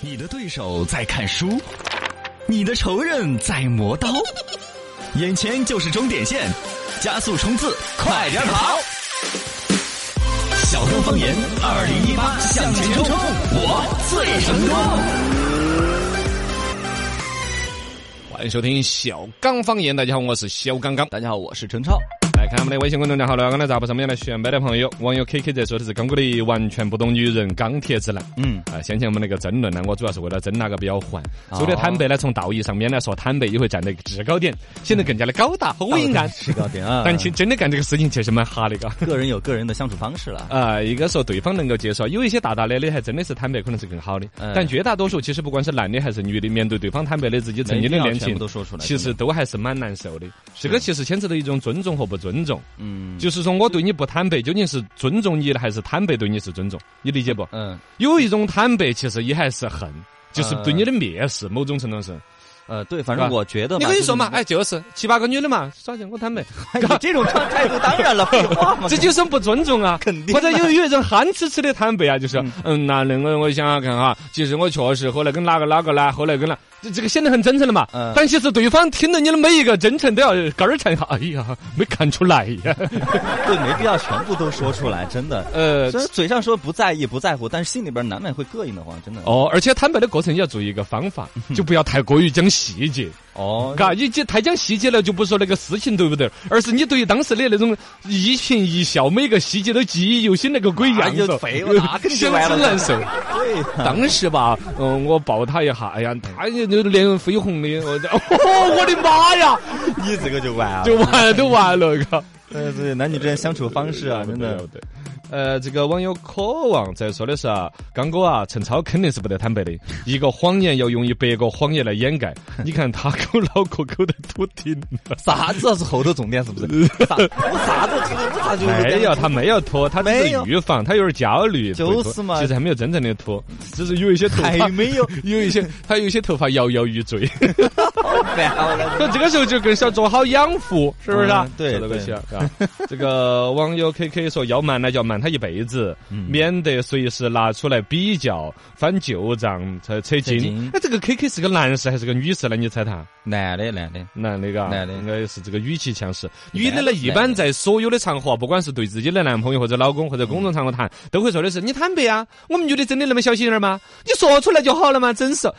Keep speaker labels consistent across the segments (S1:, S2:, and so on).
S1: 你的对手在看书，你的仇人在磨刀，眼前就是终点线，加速冲刺，快点跑！小刚方言，二零一八向前冲，我最成功。
S2: 欢迎收听小刚方言，大家好，我是小刚刚，
S1: 大家好，我是陈超。
S2: 来看我们的微信公众号“了，刚才咋不上面来选白的朋友，网友 KK 在说的是刚哥的完全不懂女人钢铁直男。
S1: 嗯
S2: 啊，先前我们那个争论呢，我主要是为了争哪个比较缓。说的坦白呢，从道义上面来说，坦白也会站得制高点，显得更加的高大和伟岸。
S1: 制高点啊！
S2: 但其真的干这个事情，其实蛮哈的嘎。
S1: 个人有个人的相处方式了。
S2: 啊，一个说对方能够接受，有一些大大咧咧还真的是坦白可能是更好的
S1: 嗯，
S2: 但绝大多数其实不管是男的还是女的，面对对方坦白的自己曾经的恋
S1: 全
S2: 情
S1: 部，都说出来，
S2: 其实都还是蛮难受的。这个其实牵扯到一种尊重和不尊重。
S1: 嗯
S2: 就是说我对你不坦白，究竟是尊重你还是坦白对你是尊重？你理解不？
S1: 嗯
S2: 有一种坦白其实也还是恨，就是对你的蔑视，某种程度上。
S1: 呃对，反正我觉得
S2: 你可以说嘛，
S1: 就是
S2: 哎，就是七八个女的嘛，耍钱我坦白，
S1: 你这种态度当然了，废话 嘛。
S2: 这就是不尊重啊。
S1: 肯定
S2: 或
S1: 的
S2: 者有有一种憨痴痴的坦白啊，就是嗯，那那个我想想看哈，其实我确实后来跟哪个哪个啦，后来跟哪，这这个显得很真诚了嘛
S1: 嗯。
S2: 但其实对方听了你的每一个真诚都要肝儿颤一下，哎呀，没看出来 呀。
S1: 对，没必要全部都说出来，真的。
S2: 呃，
S1: 虽然嘴上说不在意、不在乎，但是心里边难免会膈应的慌，真的。
S2: 哦，而且坦白的过程也要注意一个方法，
S1: 嗯
S2: 就不要太过于讲细节，
S1: 哦，
S2: 嘎，你这太讲细节了，就不说那个事情对不对，而是你对于当时的那种一颦一笑，每个细节都记忆犹新，那个鬼样
S1: 哎
S2: 子
S1: 呦，肥了哪根筋
S2: 相
S1: 歪了
S2: 当难受。
S1: 对呀、
S2: 当时吧，嗯，我抱他一下，哎呀，他也就脸绯红的，我就， 哦，我的妈呀，
S1: 你这个就完了。
S2: 就完了，都完了，嘎。
S1: 对对，男女之间相处方式啊，真的。
S2: 对。呃，这个网友渴望在说的是啊，刚哥啊，陈超肯定是不得坦 白的，一个谎言要用一百个谎言来掩 盖。你看他抠脑壳抠得秃顶了。
S1: 啥子是后头重点是不 是？啥我啥都听，我啥就
S2: 没 有，哎他没有脱，他只
S1: 没
S2: 是
S1: 有
S2: 预防，他有点焦虑，
S1: 就是
S2: 不会脱
S1: 嘛
S2: 其实还没有真正的脱，只是有一些头
S1: 还
S2: 发，
S1: 没有，
S2: 有一些他有一些头发摇摇欲坠，
S1: 好烦啊！我来
S2: 那这个时候就更是要做好养护，是不是啊
S1: 嗯？对
S2: 说那个
S1: 对
S2: 些啊， 这个网友 K K 说要瞒那就要瞒他一辈子，
S1: 嗯
S2: 免得随时拿出来比较翻旧账、扯扯
S1: 扯
S2: 筋
S1: 筋。
S2: 哎，这个 K K 是个男士还是个女士呢？你猜他？
S1: 男的男的，
S2: 男的嘎，
S1: 男的
S2: 应该是这个语气强势。
S1: 一
S2: 女
S1: 般
S2: 的呢，一
S1: 男
S2: 般
S1: 的
S2: 在所有的场合，不管是对自己的男朋友或者老公或者公众场合谈，
S1: 嗯
S2: 都会说的是：“你坦白啊，我们女的真的那么小心眼儿吗？你说出来就好了嘛，真是。”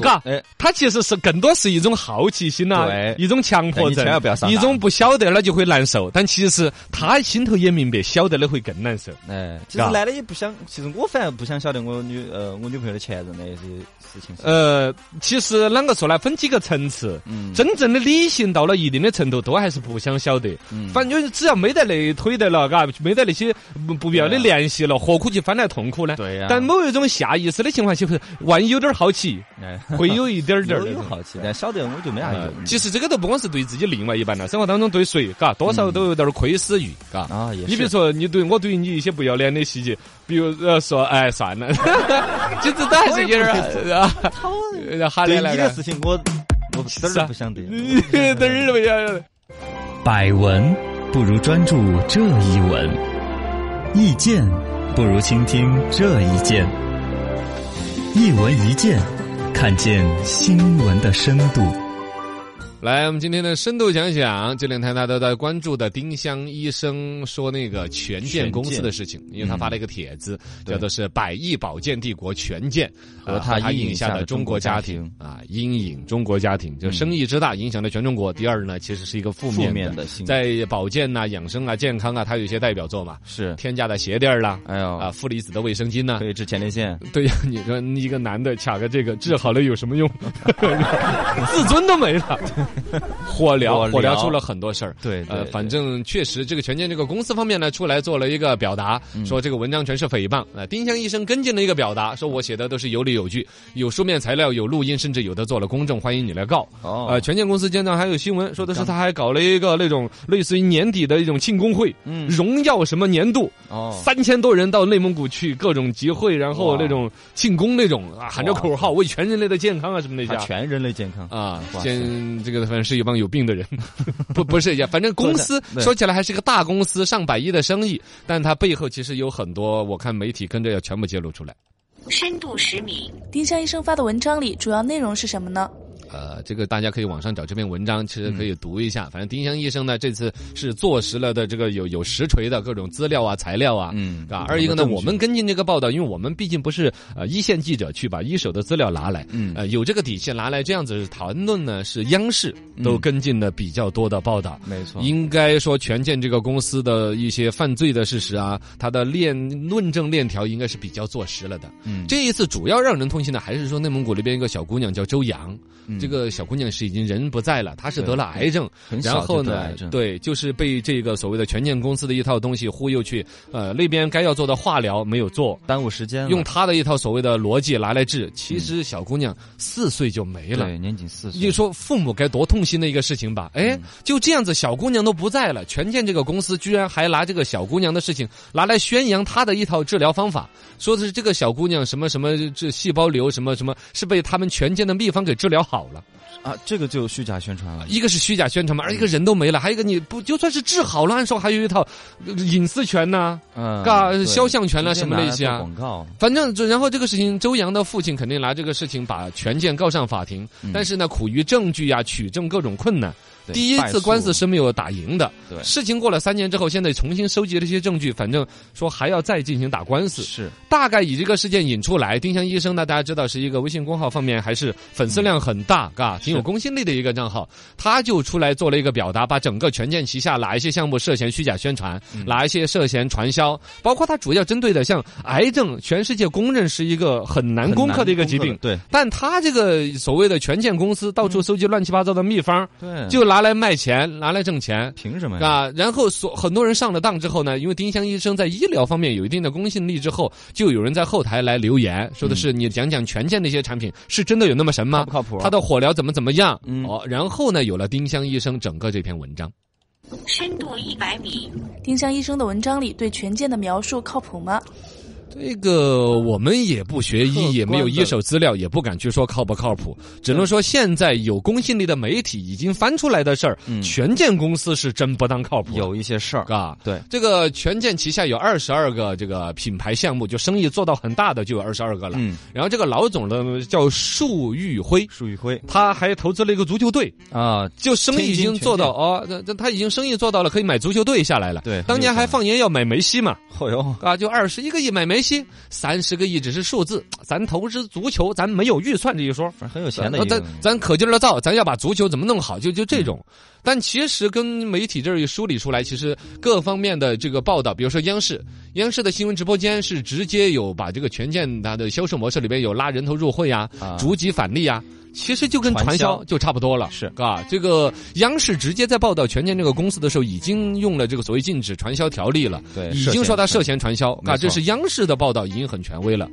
S2: 嘎，
S1: 哎，
S2: 他其实是更多是一种好奇心呐、
S1: 对
S2: 一种强迫
S1: 但你
S2: 症
S1: 千万不要，上当
S2: 一种不晓得了就会难受。但其实他心头也明白，晓得了会更难受。
S1: 哎，其
S2: 是
S1: 实
S2: 吧
S1: 男的也不想，其实我反而不想晓得我女呃我女朋友的前任的一些事情。
S2: 呃，其实啷个说呢？分几个层次。
S1: 嗯，
S2: 真正的理性到了一定的程度，都还是不想晓得。
S1: 嗯
S2: 反正只要没得那腿得了，嘎，没得那些不不必要的
S1: 对啊
S2: 联系了，何苦去翻来痛苦呢？
S1: 对啊呀
S2: 但某一种下意识的情况下，就是万一有点儿好奇，
S1: 哎
S2: 会有一点儿点儿
S1: 有
S2: 那
S1: 有
S2: 种
S1: 好奇，但晓得我就没啥
S2: 呃
S1: 用。
S2: 其实这个都不光是对自己另外一半了，生活当中对谁，嘎，多少都有点儿窥私欲，嘎。
S1: 啊，也
S2: 你比如
S1: 是。
S2: 说，你对我对你一些不要脸的细节，比如呃说，哎，算了， 其实都还是有点儿啊，然后喊
S1: 对
S2: 啊来来
S1: 你的
S2: 来
S1: 事情，我我一点儿都不想得。
S3: 嗯
S2: 你这儿 都不要。
S3: 百闻不如专注这一闻，意见不如倾听这一见。一闻一见，看见新闻的深度。
S2: 来，我们今天的深度讲讲，这两天大家在关注的丁香医生说那个权健公司的事情，因为他发了一个帖子，
S1: 对
S2: 叫做是“百亿保健帝国权健
S1: 和
S2: 呃
S1: 它
S2: 它
S1: 阴影
S2: 下
S1: 下的
S2: 中
S1: 中
S2: 国
S1: 国
S2: 家
S1: 家
S2: 庭
S1: 庭”
S2: 啊，阴影中国家庭，就生意之大影响了全中国。第二呢，其实是一个负
S1: 嗯负
S2: 面
S1: 面
S2: 的，
S1: 的新闻
S2: 在保健呐、养生啊、健康啊，它有一些代表作嘛，
S1: 是，
S2: 添加的鞋垫儿啦，
S1: 哎呦，
S2: 啊，负离子的卫生巾呐、
S1: 可以治前列腺，
S2: 对呀，你个你一个男的卡个这个治好了有什么用？ 自尊都没了。火疗，
S1: 火疗
S2: 火疗出了很多事儿。
S1: 对对
S2: 呃，
S1: 对
S2: 反正确实，这个权健这个公司方面呢，出来做了一个表达，
S1: 嗯
S2: 说这个文章全是诽谤。呃，丁香医生跟进了一个表达，说我写的都是有理有据，有书面材料，有录音，甚至有的做了公证，欢迎你来告。
S1: 哦
S2: 呃，权健公司经常还有新闻说的是他还搞了一个那种类似于年底的一种庆功会，
S1: 嗯
S2: 荣耀什么年度，
S1: 哦，
S2: 三千多人到内蒙古去各种集会，然后
S1: 哇
S2: 那种庆功那种啊，喊着口号为全人类的健康啊什么那
S1: 它
S2: 些。
S1: 全人类健康，
S2: 啊，
S1: 哇
S2: 先这个反正是一帮有病 的人，不不是一样，反正公司
S1: 对
S2: 说起来还是个大公司，上百亿的生意，但它背后其实有很多，我看媒体跟着要全部揭露出来。
S4: 深度十米。
S5: 丁香医生发的文章里，主要内容是什么呢？
S2: 呃，这个大家可以网上找这篇文章，其实可
S1: 嗯
S2: 以读一下。反正丁香医生呢，这次是坐实了的这个有有实锤的各种资料啊、材料啊，
S1: 嗯
S2: 嗯，啊。二一个呢，我们跟进这个报道，因为我们毕竟不是呃一线记者去把一手的资料拿来，
S1: 嗯
S2: 嗯，呃，有这个底气拿来这样子谈论呢，是央视都跟进了比较多的报道。
S1: 没错
S2: 应该说，权健这个公司的一些犯罪的事实啊，它的链论证链条应该是比较坐实了的。
S1: 嗯
S2: 这一次主要让人痛心的还是说内蒙古那边一个小姑娘叫周洋，这个小姑娘是已经人不在了，她是得了癌症
S1: 嗯很，小
S2: 然后
S1: 就得
S2: 呢
S1: 癌症，
S2: 对，就是被这个所谓的权健公司的一套东西忽悠去，呃，那边该要做的化疗没有做。
S1: 耽误时间了
S2: 用她的一套所谓的逻辑拿来治，其实小姑娘四岁就没了，
S1: 嗯对年仅四岁，
S2: 你说父母该多痛心的一个事情吧？
S1: 嗯
S2: 哎，就这样子，小姑娘都不在了，权健这个公司居然还拿这个小姑娘的事情拿来宣扬她的一套治疗方法，说的是这个小姑娘什么什么这细胞瘤什么什么是被他们权健的秘方给治疗好了。
S1: 啊，这个就虚假宣传了。
S2: 一个是虚假宣传
S1: 嗯
S2: 嘛，而一个人都没了，还有一个你不就算是治好了，按说还有一套呃隐私权呐、
S1: 嗯
S2: 嘎
S1: 对
S2: 呃肖像权啦
S1: 直接
S2: 什么
S1: 拿
S2: 那
S1: 来
S2: 些
S1: 做
S2: 啊
S1: 广告，
S2: 反正，这然后这个事情，周洋的父亲肯定拿这个事情把权健告上法庭，但是呢，苦于证据呀、取证各种困难。
S1: 嗯对
S2: 第一
S1: 败
S2: 次
S1: 诉
S2: 官司是没有打赢的，
S1: 对
S2: 事情过了三年之后，现在重新收集了一些证据，反正说还要再进行打官司。
S1: 是
S2: 大概以这个事件引出来，丁香医生呢，大家知道是一个微信公号方面还是粉丝量很大，嘎，挺有公信力的一个账号，他就出来做了一个表达，把整个权健旗下哪一些项目涉嫌虚假宣传，
S1: 嗯
S2: 哪一些涉嫌传销，包括他主要针对的像癌症，全世界公认是一个很难
S1: 很
S2: 攻克
S1: 难
S2: 的一个
S1: 攻
S2: 疾
S1: 克的嗯
S2: 病，
S1: 对
S2: 但他这个所谓的权健公司到处搜集乱七八糟的秘方，
S1: 对，
S2: 就拿来卖钱，拿来挣钱，
S1: 凭什么呀？
S2: 啊，然后所很多人上了当之后呢，因为丁香医生在医疗方面有一定的公信力之后，就有人在后台来留言，说的是你讲讲权健那些产品是真的有那么神吗？
S1: 靠不靠谱啊
S2: 它的火疗怎么怎么样？
S1: 嗯
S2: 哦，然后呢，有了丁香医生整个这篇文章，
S4: 深度一百米，
S5: 丁香医生的文章里对权健的描述靠谱吗？
S2: 这个我们也不学
S1: 客观
S2: 医，
S1: 的
S2: 也没有一手资料，也不敢去说靠不靠谱，只能说现在有公信力的媒体已经翻出来的事儿，权健公司是真不当靠谱。
S1: 有一些事儿，
S2: 啊，
S1: 对
S2: 这个权健旗下有二十二个这个品牌项目，就生意做到很大的就有二十二个了。
S1: 嗯
S2: 然后这个老总呢叫束玉辉，
S1: 束玉辉
S2: 他还投资了一个足球队，
S1: 啊，
S2: 就生意已
S1: 天津
S2: 经做
S1: 权健
S2: 到哦，那那他已经生意做到了，可以买足球队下来了。
S1: 对
S2: 当年
S1: 很有
S2: 还
S1: 钱
S2: 放言要买梅西嘛，
S1: 哦哟，
S2: 啊，就二十一个亿买梅西，三十个亿只是数字，咱投资足球，咱没有预算这一说。
S1: 反正很有钱的
S2: 呃
S1: 一个嗯
S2: 咱咱可劲儿的造，咱要把足球怎么弄好，就就这种。但其实跟媒体这儿一梳理出来，其实各方面的这个报道，比如说央视，央视的新闻直播间是直接有把这个权健它的销售模式里边有拉人头入会呀、
S1: 啊
S2: 逐级返利呀、其实就跟
S1: 传
S2: 传
S1: 销
S2: 销就差不多了，
S1: 是
S2: 啊。这个央视直接在报道权健这个公司的时候，已经用了这个所谓禁止传销条例了，
S1: 对
S2: 已
S1: 涉
S2: 经
S1: 嫌
S2: 说
S1: 嗯
S2: 它涉嫌传销
S1: 没
S2: 啊，
S1: 错
S2: 这是央视的报道，已经很权威了。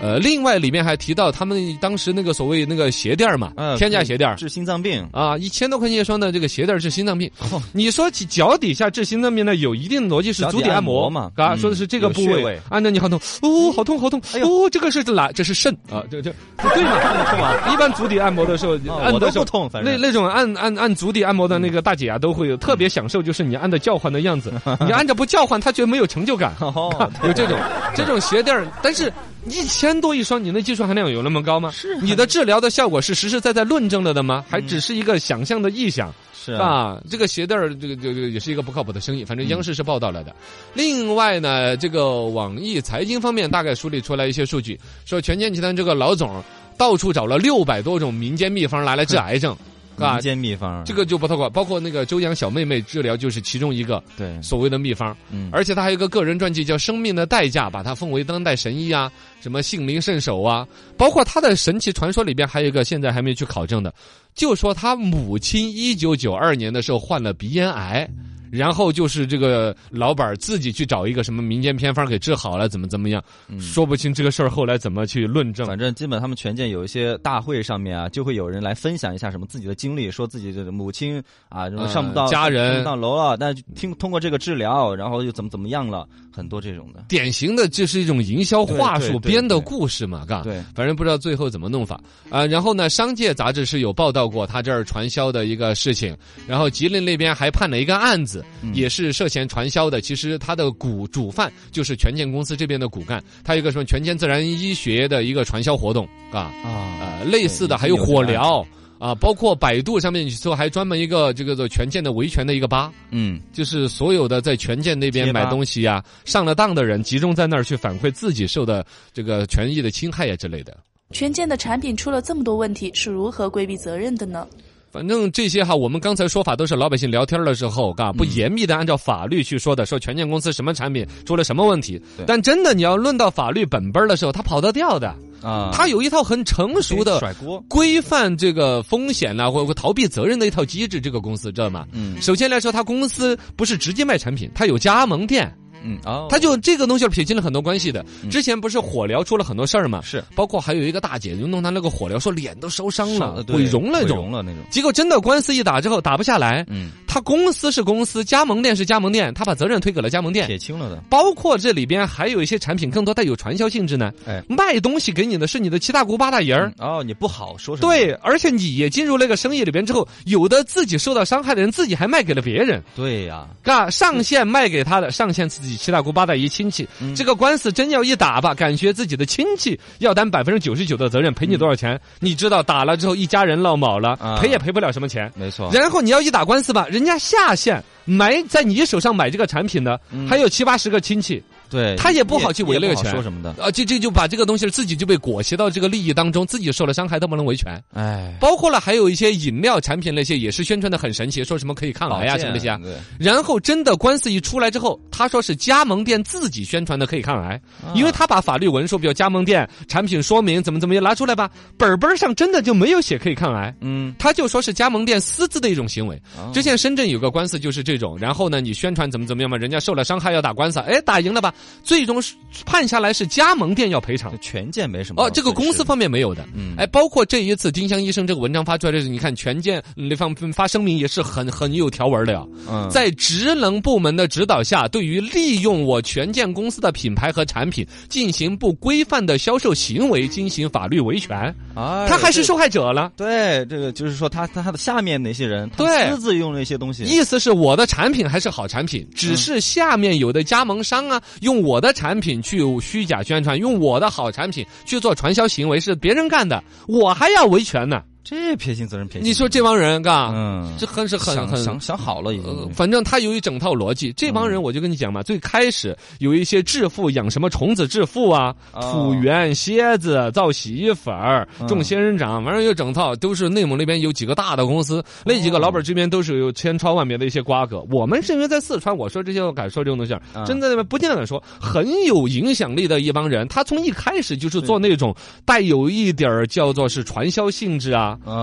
S2: 呃，另外里面还提到他们当时那个所谓那个鞋垫儿嘛，
S1: 嗯
S2: 天价鞋垫儿
S1: 治心脏 病，
S2: 啊，一千多块钱一双的这个鞋垫儿治心脏病
S1: 哦。
S2: 你说起脚底下治心脏病呢，有一定逻辑是
S1: 脚底
S2: 足底
S1: 按
S2: 按
S1: 摩
S2: 摩
S1: 嘛
S2: 啊，
S1: 嗯
S2: 说的是这个
S1: 有
S2: 部
S1: 穴位
S2: 位按着你好痛，哦，好痛好痛，
S1: 哎呦
S2: 哦，这个是哪？这是肾啊，这这不对嘛？
S1: 痛啊！
S2: 一般足底按摩的时候，按
S1: 哦我
S2: 的
S1: 都
S2: 时候
S1: 不痛，反
S2: 那
S1: 正
S2: 那种按按按足底按摩的那个大姐啊，都会有特别享受，就是你按的叫唤的样子，你按着不叫唤，她觉得没有成就感。 啊
S1: 哦
S2: 有这种这种鞋垫儿，但是一千多一双，你那技术含量有那么高吗？是、你的治疗的效果是实实在在论证了的吗？还只是一个想象的臆想、
S1: 是
S2: 啊，这个鞋垫儿，这个这个也是一个不靠谱的生意，反正央视是报道了的。另外呢，这个网易财经方面大概梳理出来一些数据，说权健集团这个老总到处找了六百多种民间秘方拿来治癌症。啊
S1: 民，间秘方，
S2: 这个就不透过，包括那个周洋小妹妹治疗就是其中一个
S1: 对，
S2: 所谓的秘方，
S1: 嗯
S2: 而且他还有一个个人传记叫《生命的代价》，把他奉为当代神医啊，什么性灵圣手啊，包括他的神奇传说里边还有一个现在还没去考证的，就说他母亲一九九二年的时候患了鼻咽癌。然后就是这个老板自己去找一个什么民间偏方给治好了，怎么怎么样，说不清这个事儿后来怎么去论证。
S1: 嗯反正基本他们权健有一些大会上面啊，就会有人来分享一下什么自己的经历，说自己的母亲啊，什么
S2: 嗯
S1: 上不到
S2: 家人
S1: 上不到楼了，但是听通过这个治疗，然后又怎么怎么样了，很多这种的。
S2: 典型的就是一种营销话
S1: 对对
S2: 术
S1: 对
S2: 编的
S1: 对
S2: 故事嘛，嘎。
S1: 对
S2: 反正不知道最后怎么弄法啊、然后呢，商界杂志是有报道过他这儿传销的一个事情，然后吉林那边还判了一个案子，子，
S1: 嗯
S2: 也是涉嫌传销的。其实他的骨主犯就是权健公司这边的骨干，他有一个什么权健自然医学的一个传销活动啊，
S1: 啊，
S2: 呃，类似的还有
S1: 已经有
S2: 火
S1: 这个
S2: 疗啊，包括百度上面你搜还专门一个这个做权健的维权的一个吧，
S1: 嗯，
S2: 就是所有的在权健那边
S1: 贴吧
S2: 买东西呀、上了当的人，集中在那儿去反馈自己受的这个权益的侵害呀之类的。
S5: 权健的产品出了这么多问题，是如何规避责任的呢？
S2: 反正这些哈，我们刚才说法都是老百姓聊天的时候，嘎
S1: 嗯
S2: 不严密的按照法律去说的，说权健公司什么产品出了什么问题
S1: 对。
S2: 但真的你要论到法律本本儿的时候，他跑得掉的，
S1: 啊，
S2: 他有一套很成熟的
S1: 甩锅，
S2: 规范这个风险呐、或或逃避责任的一套机制。这个公司知道吗？
S1: 嗯
S2: 首先来说，他公司不是直接卖产品，他有加盟店，
S1: 嗯，哦，嗯
S2: 他就这个东西撇清了很多关系的。之前不是火疗出了很多事儿嘛，
S1: 是
S2: 包括还有一个大姐就弄他那个火疗，说脸都烧伤了，
S1: 嗯哦对
S2: 毁容了
S1: 毁
S2: 这种
S1: 容。了那种，
S2: 结果真的官司一打之后打不下来，
S1: 嗯，
S2: 他公司是公司，加盟店是加盟店，他把责任推给了加盟店。
S1: 撇清了的，
S2: 包括这里边还有一些产品更多带有传销性质呢，
S1: 哎
S2: 卖东西给你的是你的七大姑八大姨儿。
S1: 嗯哦，你不好说什么，
S2: 对，而且你也进入那个生意里边之后，有的自己受到伤害的人，自己还卖给了别人，
S1: 对呀，
S2: 嘎，上线卖给他的，上线自己七大姑八大姨亲戚，
S1: 嗯
S2: 这个官司真要一打吧，感觉自己的亲戚要担百分之九十九的责任，赔你多少钱？你知道打了之后一家人落卯了，
S1: 嗯啊
S2: 赔也赔不了什么钱，
S1: 没错，
S2: 然后你要一打官司吧，人家下线买在你手上买这个产品的，还有七八十个亲戚，
S1: 对，
S2: 他也不好
S1: 你
S2: 去维那个
S1: 你也不好
S2: 权
S1: 说什么的，
S2: 啊，这这就把这个东西自己就被裹挟到这个利益当中，自己受了伤害都不能维权。
S1: 哎，
S2: 包括了还有一些饮料产品那些也是宣传的很神奇，说什么可以抗癌呀、
S1: 保
S2: 什
S1: 健
S2: 么那些啊。
S1: 对
S2: 然后真的官司一出来之后，他说是加盟店自己宣传的可以抗癌，
S1: 啊
S2: 因为他把法律文书，比如加盟店产品说明怎么怎么样拿出来吧，本本上真的就没有写可以抗癌。
S1: 嗯，
S2: 他就说是加盟店私自的一种行为
S1: 哦。
S2: 之前深圳有个官司就是这种，然后呢，你宣传怎么怎么样嘛，人家受了伤害要打官司，哎，打赢了吧，最终是判下来是加盟店要赔偿
S1: 这。权健没什么
S2: 哦，这个公司
S1: 损失
S2: 方面没有的，
S1: 嗯
S2: 哎，包括这一次丁香医生这个文章发出来的时候，你看权健那方发声明也是很很有条文的呀，
S1: 嗯
S2: 在职能部门的指导下，对于利用我权健公司的品牌和产品进行不规范的销售行为进行法律维权，
S1: 哎
S2: 他还是
S1: 这
S2: 受害者了。
S1: 对，这个就是说他他他的下面那些人，他
S2: 对
S1: 私自用那些东西，
S2: 意思是我的产品还是好产
S1: 嗯
S2: 品，只是下面有的加盟商啊，用我的产品去虚假宣传，用我的好产品去做传销行为，是别人干的，我还要维权呢。
S1: 这撇清责任撇清，
S2: 你说这帮人嘎，
S1: 嗯
S2: 这很是很
S1: 想
S2: 很
S1: 想想好了已
S2: 呃
S1: 经，，
S2: 反正他有一整套逻辑。这帮
S1: 嗯
S2: 人，我就跟你讲嘛，最开始有一些致富养什么虫子致富啊，
S1: 哦
S2: 土猿、蝎子、造洗衣粉儿、
S1: 嗯
S2: 种仙人掌，反正有整套，都是内蒙那边有几个大的公
S1: 哦
S2: 司，那几个老板这边都是有千差万别的一些瓜葛。我们是因为在四川，我说这些我敢说这种东西儿
S1: 嗯，
S2: 真在那边不见得敢说，很有影响力的一帮人，他从一开始就是做那种带有一点儿叫做是传销性质啊。
S1: 呃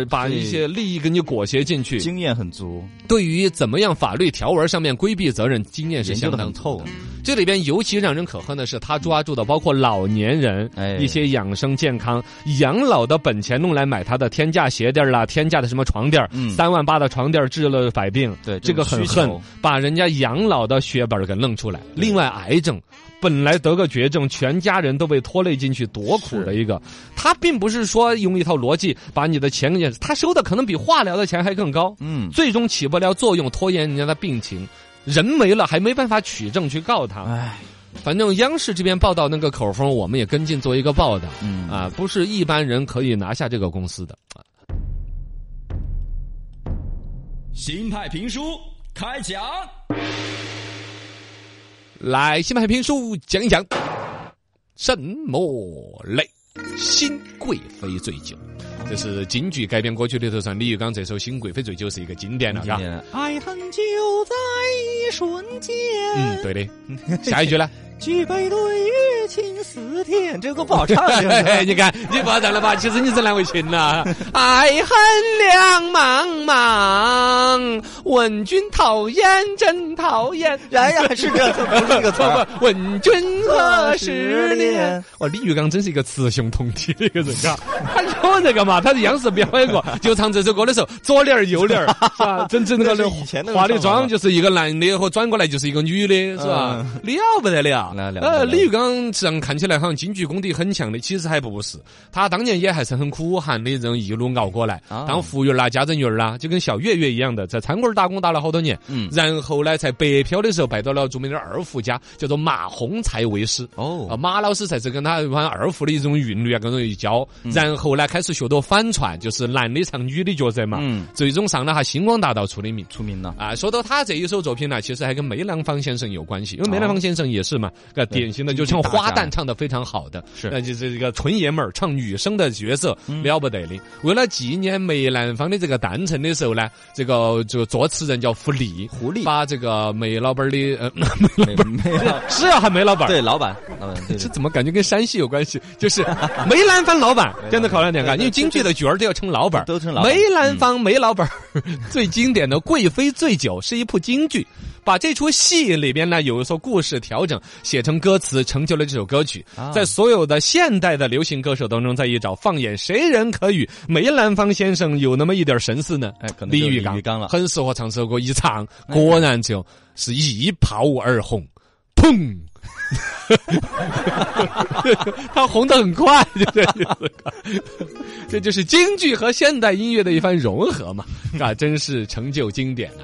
S2: 呃，把一些利益给你裹挟进去，
S1: 经验很足，
S2: 对于怎么样法律条文上面规避责任，经验是
S1: 研究
S2: 相
S1: 的
S2: 当
S1: 很透
S2: 透
S1: 啊
S2: 的。，这里边尤其让人可恨的是，他抓住的包括老年人、
S1: 哎
S2: 一些养生健康、养老的本钱弄来买他的天价鞋垫儿啦、天价的什么床垫儿
S1: 嗯，
S2: 三、万八的床垫儿治了百病。
S1: 对
S2: 这个很恨，把人家养老的血本儿给弄出来。另外，癌症本来得个绝症，全家人都被拖累进去，多苦的一个。他并不是说用一套逻辑把你的钱给，他收的可能比化疗的钱还更高。
S1: 嗯，
S2: 最终起不了作用，拖延人家的病情。人没了，还没办法取证去告他。
S1: 哎，
S2: 反正央视这边报道那个口风，我们也跟进做一个报道。
S1: 嗯
S2: 啊，不是一般人可以拿下这个公司的。
S6: 新派评书开讲。
S2: 来，新派评书讲一讲什么嘞？新贵妃醉酒，这是京剧改编歌曲里头上李玉刚这首《新贵妃醉酒》是一个经典了，
S1: 今
S2: 嘎。
S1: 天
S7: 爱恨就在一瞬间，
S2: 嗯，对的。下一句呢？
S7: 举杯对月情似天，这个 不好唱的。
S2: 哎你看，你不要唱了吧？其实你是难为情了。爱恨两茫茫，问君讨厌真讨厌。
S7: 哎呀，是这词，不是这个词 啊儿。
S2: 不问君何时恋？哇，李玉刚真是一个雌雄同体的一个人啊！他有这个嘛，他在央视表演过，就唱这首歌的时候，左脸儿右脸儿，是 吧？真正那个
S7: 那是以前那个啊
S2: 化的
S7: 唱法
S2: 妆就是
S7: 嗯
S2: 一个男的和转过来就是一个女的，是吧？了不得了！
S1: 那了不得了
S2: 呃，李玉刚实际上看起来好像京剧功底很强的，其实还不是。他当年也还是很苦寒的人，一路熬过来，
S7: 啊
S2: 当服务员啦、家政员啦，就跟小岳岳一样的，在餐馆打工打了好多年。
S7: 嗯
S2: 然后呢，在北漂的时候拜到了著名的二胡家，叫做马洪才为师。啊，
S7: 哦，
S2: 马老师才是跟他玩二胡的一种韵律啊，各种一教，
S7: 嗯
S2: 然后呢开始学到反串，就是男的唱女的角色嘛，
S7: 嗯
S2: 最终上了哈星光大道出的名。
S7: 出名了，
S2: 啊，说到他这一首作品呢，其实还跟梅兰芳先生有关系，因为梅兰芳先生也是嘛，个典型的就唱花旦唱的非常好的，
S7: 是
S2: 那就是这嗯个纯爷们儿唱女生的角色了不得的。为了纪念梅兰芳的这个诞辰的时候呢，这个这个作词人叫胡丽，
S7: 狐狸
S2: 把这个梅老板儿的呃， 梅
S7: 没没有，
S2: 是啊，还梅老板儿。
S7: 对，老板，老板，对
S2: 这
S7: 对，
S2: 怎么感觉跟山西有关系？就是梅兰芳 老板，跟着考量两个，
S7: 对对
S2: 因为京剧的角儿都要称老板儿，
S7: 都称老板儿嗯
S2: 梅兰芳梅老板儿最经典的《贵妃醉酒》是一部京剧，把这出戏里边呢有所故事调整，写成歌词，成就了这首歌曲
S7: 啊。
S2: 在所有的现代的流行歌手当中，再一找，放眼谁人可与梅兰芳先生有那么一点神似呢？
S7: 哎可能
S2: 李
S7: 就是
S2: 玉
S7: 李
S2: 刚哎
S7: 玉刚了
S2: 很适合唱这首歌，一唱果然就是一炮而红，砰！ 他红的很快，就这意思。 这就是京剧和现代音乐的一番融合嘛，啊，真是成就经典啊！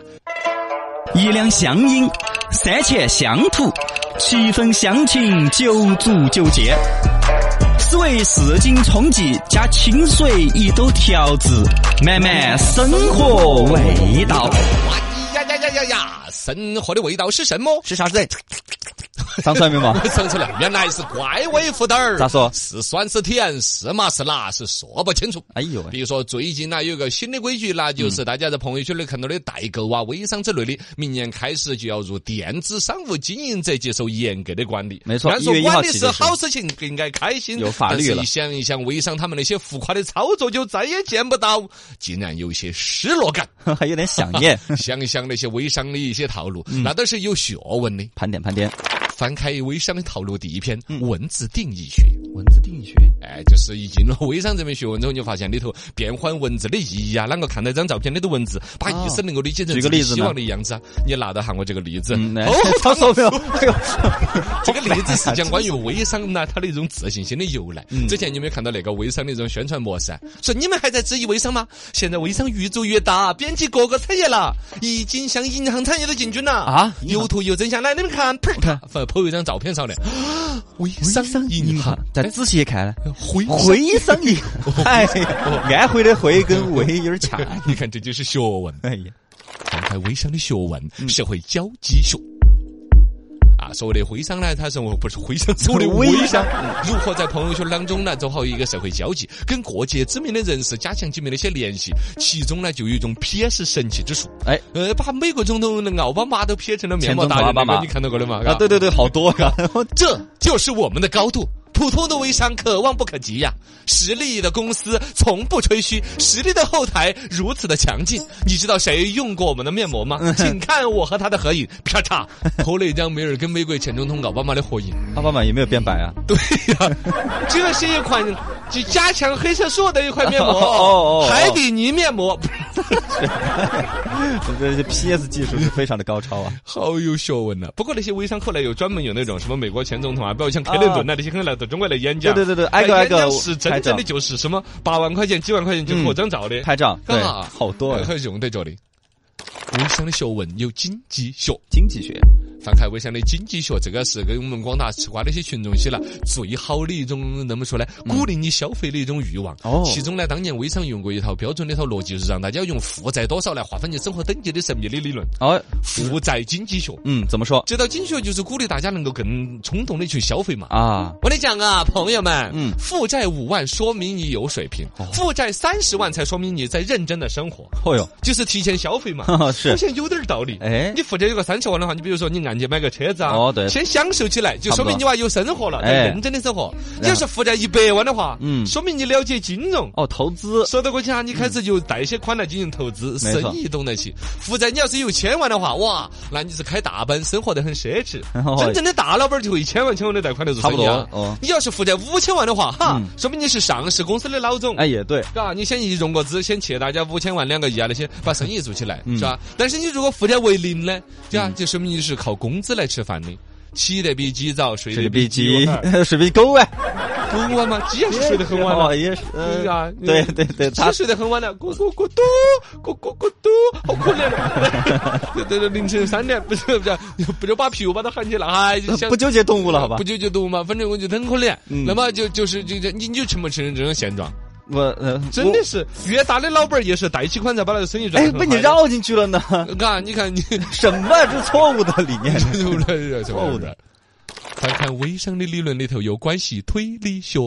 S1: 一两乡音，三钱乡土，七分乡情，九足九剑。四味四斤冲剂加清水一兜调制，满满生活味道。
S2: 哇呀呀呀呀呀！生活的味道是什么？
S7: 是啥 子？唱出来没有嘛？
S2: 唱出来，原来是怪味负担儿。
S7: 咋说
S2: 是酸是甜，是麻是辣，是说不清楚。
S7: 哎呦喂嗯
S2: 比如说最近呢有个新的规矩啦，就是大家在朋友圈里看到的代购啊、微商之类的，明年开始就要入电子商务经营者接受严格的管理。
S7: 没错
S2: 按说
S7: 1月1
S2: 管
S7: 号
S2: 理
S7: 起
S2: 是
S7: 就是
S2: 好事情，更应该开心。
S7: 有法律了
S2: 但是一想一想微商他们那些浮夸的操作，就再也见不到，竟然有些失落感。
S7: 还有点想 念。
S2: 想一想那些微商的一些套路，
S7: 嗯
S2: 那都是有学问的。
S7: 盘点盘点，
S2: 翻开微商的套路第一篇《文字定义学》，
S7: 嗯文字定义学，
S2: 哎，就是一进了微商这门学问之后，你就发现里头变换文字的意义啊，啷个看那张照片里的文字，把意思能够理解成
S7: 举个例子
S2: 希
S7: 呢
S2: 望的样子啊。你拿到喊我这个例子，
S7: 嗯，来
S2: 哦，
S7: 操作没有？哎呦，
S2: 这个例子是嗯讲关于微商呢，它的一种自信心的由来。之前你有没有看到那个微商的一种宣传模式啊？说你们还在质疑微商吗？现在微商越做越大，遍及各个产业了，已经向银行产业的进军了
S7: 啊
S2: 有图有真相，来你们看，啪
S7: 看
S2: 发抛一张照片上来， 啊微商银行
S7: 再仔细一看，
S2: 回
S7: 徽商银，
S2: 哦
S7: 哎呀，安徽的徽跟徽哎有点像。
S2: 啊 你看这就是学问。
S7: 哎呀，嗯
S2: 展开微商的学问，社会交际学。啊，所谓的徽商呢，他是我不是 徽商，所谓的微商，如何在朋友圈当中呢，做好一个社会交际，跟各界知名的人士加强紧密的一些联系，其中呢，就有一种撇是神奇之术，
S7: 哎，
S2: 呃，把美国总统奥巴马都撇成了面包
S7: 前总统
S2: 大人
S7: 奥巴
S2: 那个，
S7: 马
S2: 你看到过了吗？
S7: 啊，对对对，好多 啊，
S2: 这就是我们的高度。普通的微商可望不可及呀！实力的公司从不吹嘘，实力的后台如此的强劲。你知道谁用过我们的面膜
S7: 嗯
S2: 吗？请看我和他的合影，啪嚓， 投了一张梅尔跟玫瑰前总统奥巴马的合影。
S7: 奥巴马有没有变白啊？
S2: 对呀、这是一款就加强黑色素的一块面膜，
S7: 哦哦哦
S2: 海底泥面膜，
S7: 这这 PS 技术是非常的高超啊。
S2: 好有学问啊呐、不过那些微商后来有专门有那种什么美国前总统啊，包括像克林顿呐、那些可能来到中国来演讲，
S7: 对对对对挨个
S2: 那
S7: 挨个
S2: 演讲是真
S7: 拍
S2: 正
S7: 照
S2: 的就是什么八万块钱、几万块钱就合张照的，
S7: 拍照，对，
S2: 啊
S7: 好多啊
S2: 还有用得着的。微商的学问有经济学，
S7: 经济学，
S2: 翻开微商的经济学，这个是给我们广大吃瓜的一些群众些了最好的一种，怎么说呢？鼓励你消费的一种欲望。
S7: 哦
S2: 其中呢，当年微商用过一套标准的一套逻辑，是让大家用负债多少来划分你生活等级的神秘的理论
S7: 哦，
S2: ——负债经济学。
S7: 嗯，怎么说
S2: 这道经济学就是鼓励大家能够更冲动的去消费嘛。
S7: 啊？
S2: 我跟你讲啊，朋友们，
S7: 嗯
S2: 负债五万说明你有水平，负债三十万才说明你在认真的生活，
S7: 哦哟，
S2: 就是提前消费嘛。
S7: 是
S2: 好像有点道理。
S7: 哎
S2: 你负债有个三十万的话，你比如说你按揭买个车子啊，
S7: 哦对
S2: 先享受起来，就说明你娃有生活了，
S7: 差不多
S2: 在
S7: 哎
S2: 认真的生活。你要是负债一百万的话，
S7: 嗯
S2: 说明你了解金融。
S7: 哦，投资
S2: 说得过去啊，你开始就贷些款来进行投资，
S7: 没错
S2: 生意懂得起。负债你要是有千万的话，哇，那你是开大奔，生活得很奢侈。
S7: 哦
S2: 真正的大老板就会一千万、千万的贷款来做生意啊
S7: 差不多哦。
S2: 你要是负债五千万的话，哈
S7: 嗯，
S2: 说明你是上市公司的老总。
S7: 哎也对，
S2: 嘎，你先一融个资，先借大家五千万、两个亿啊，那些把生
S7: 嗯
S2: 意做起来，是吧？但是你如果负债为零呢，对啊，就说明你是靠工资来吃饭的。起得比鸡早，睡
S7: 水
S2: 得
S7: 比
S2: 比
S7: 鸡
S2: 鸡晚。，
S7: 水比狗晚，
S2: 很晚嘛，鸡也是睡得很晚
S7: 哦
S2: 的。
S7: 也是，
S2: 对
S7: 嗯
S2: 啊，
S7: 对对对，
S2: 鸡
S7: 它
S2: 睡得很晚的，咕咕咕嘟，咕咕咕嘟，好可怜啊！对对对，凌晨三点，不是不是，不就把屁股把它喊起来，哎，就想
S7: 不纠结动物了，好吧
S2: 不？就就动物嘛，反正我觉得很可怜。
S7: 嗯
S2: 那么就就是就就你你就承不承认这种现状？
S7: 我呃，
S2: 真
S7: 我
S2: 的是越大的老板儿也是贷起款才把他的生意赚。
S7: 哎，被你。绕进去了呢，
S2: 啊，你看你
S7: 什么是错误的理念？
S2: 对不对？
S7: 错误的。
S2: 再看微商的理论里头有关系推理学。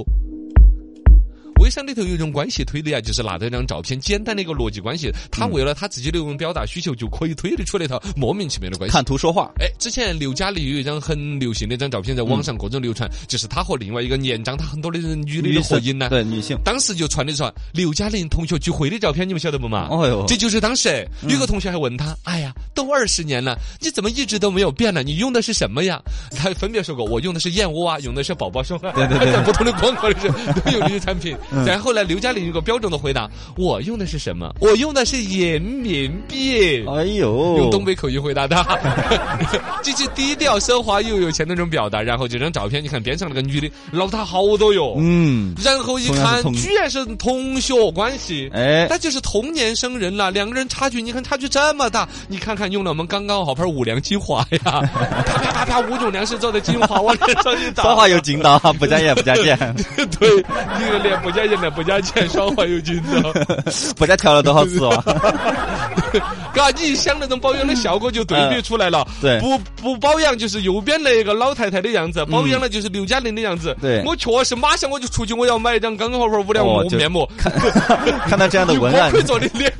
S2: 微商里头有一种关系推理啊，就是拿到一张照片，简单的一个逻辑关系，他为了他自己的一种表达需求，就可以推理出来一套莫名其妙的关系。
S7: 看图说话，
S2: 哎，之前刘嘉玲有一张很流行的一张照片，在网上各种流传，就是她和另外一个年长她很多的人女的的合影呢。
S7: 对女性，
S2: 当时就传的说刘嘉玲同学聚会的照片，你们晓得不嘛？
S7: 哎呦
S2: 这就是当时有个同学还问他：“哎呀，都二十年了，你怎么一直都没有变呢？你用的是什么呀？”他分别说过，我用的是燕窝啊，用的是宝宝胸啊，对对 对，在不同的广告里是都有这些产 品。然后后来刘嘉玲有个标准的回答：“我用的是什么？我用的是人民币。”
S7: 哎呦，
S2: 用东北口音回答他， 就是低调奢华又有钱那种表达。然后这张照片，你看边上那个女的捞他好多哟，
S7: 嗯，
S2: 然后一
S7: 同样
S2: 看
S7: 是同
S2: 居然是同学关系，
S7: 哎
S2: 那就是同年生人了，两个人差距，你看差距这么大，你看看用了我们刚刚好牌五粮精华 呀，啪啪啪啪五种粮食做的精华往脸上一打，
S7: 说话有劲道， 不加盐不加盐，
S2: 对，一个脸不加盐，脸不加钱，说话有劲道。
S7: 不加调料多好吃 哦。
S2: 嘎，你一想那种保养的效果就对比出来了。
S7: 嗯对嗯
S2: 不不保养就是右边那个老太太的样子，保养了就是刘嘉玲的样子。
S7: 对
S2: 我确实马上我就出去，我要买一张刚刚好牌无良
S7: 哦就
S2: 面膜。
S7: 看到这样的文案，
S2: 锅盔做的脸，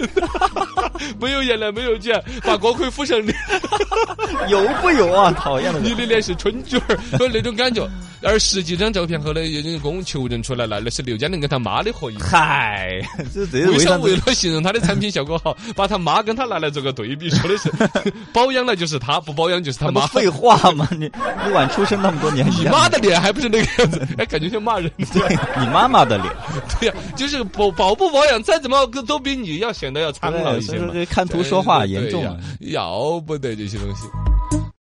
S2: 没有颜料，没有卷，把锅盔敷上脸，
S7: 油不油啊？讨厌的
S2: 你
S7: 人，
S2: 的脸是春卷儿，就那种感觉。而实际这张照片后来有人给我们求证出来了，那是刘嘉玲跟她妈的合影。
S7: 嗨，哎这这是
S2: 微
S7: 为啥
S2: 商为
S7: 子？
S2: 了形容他的产品效果好，把他妈跟他拿来做个对比，说的 是保养了就是他，不保养就是 他
S7: 那不
S2: 妈。
S7: 废话吗？你你晚出生那么多年，
S2: 你
S7: 一样
S2: 妈的脸还不是那个样子，哎，感觉像骂人。
S7: 对你妈妈的脸，
S2: 对呀、 就是保保不保养，再怎么样都比你要显得要苍老一
S7: 所
S2: 些
S7: 以
S2: 嘛
S7: 说。这看图说话
S2: 对
S7: 严重啊
S2: 对呀。要不得这些东西。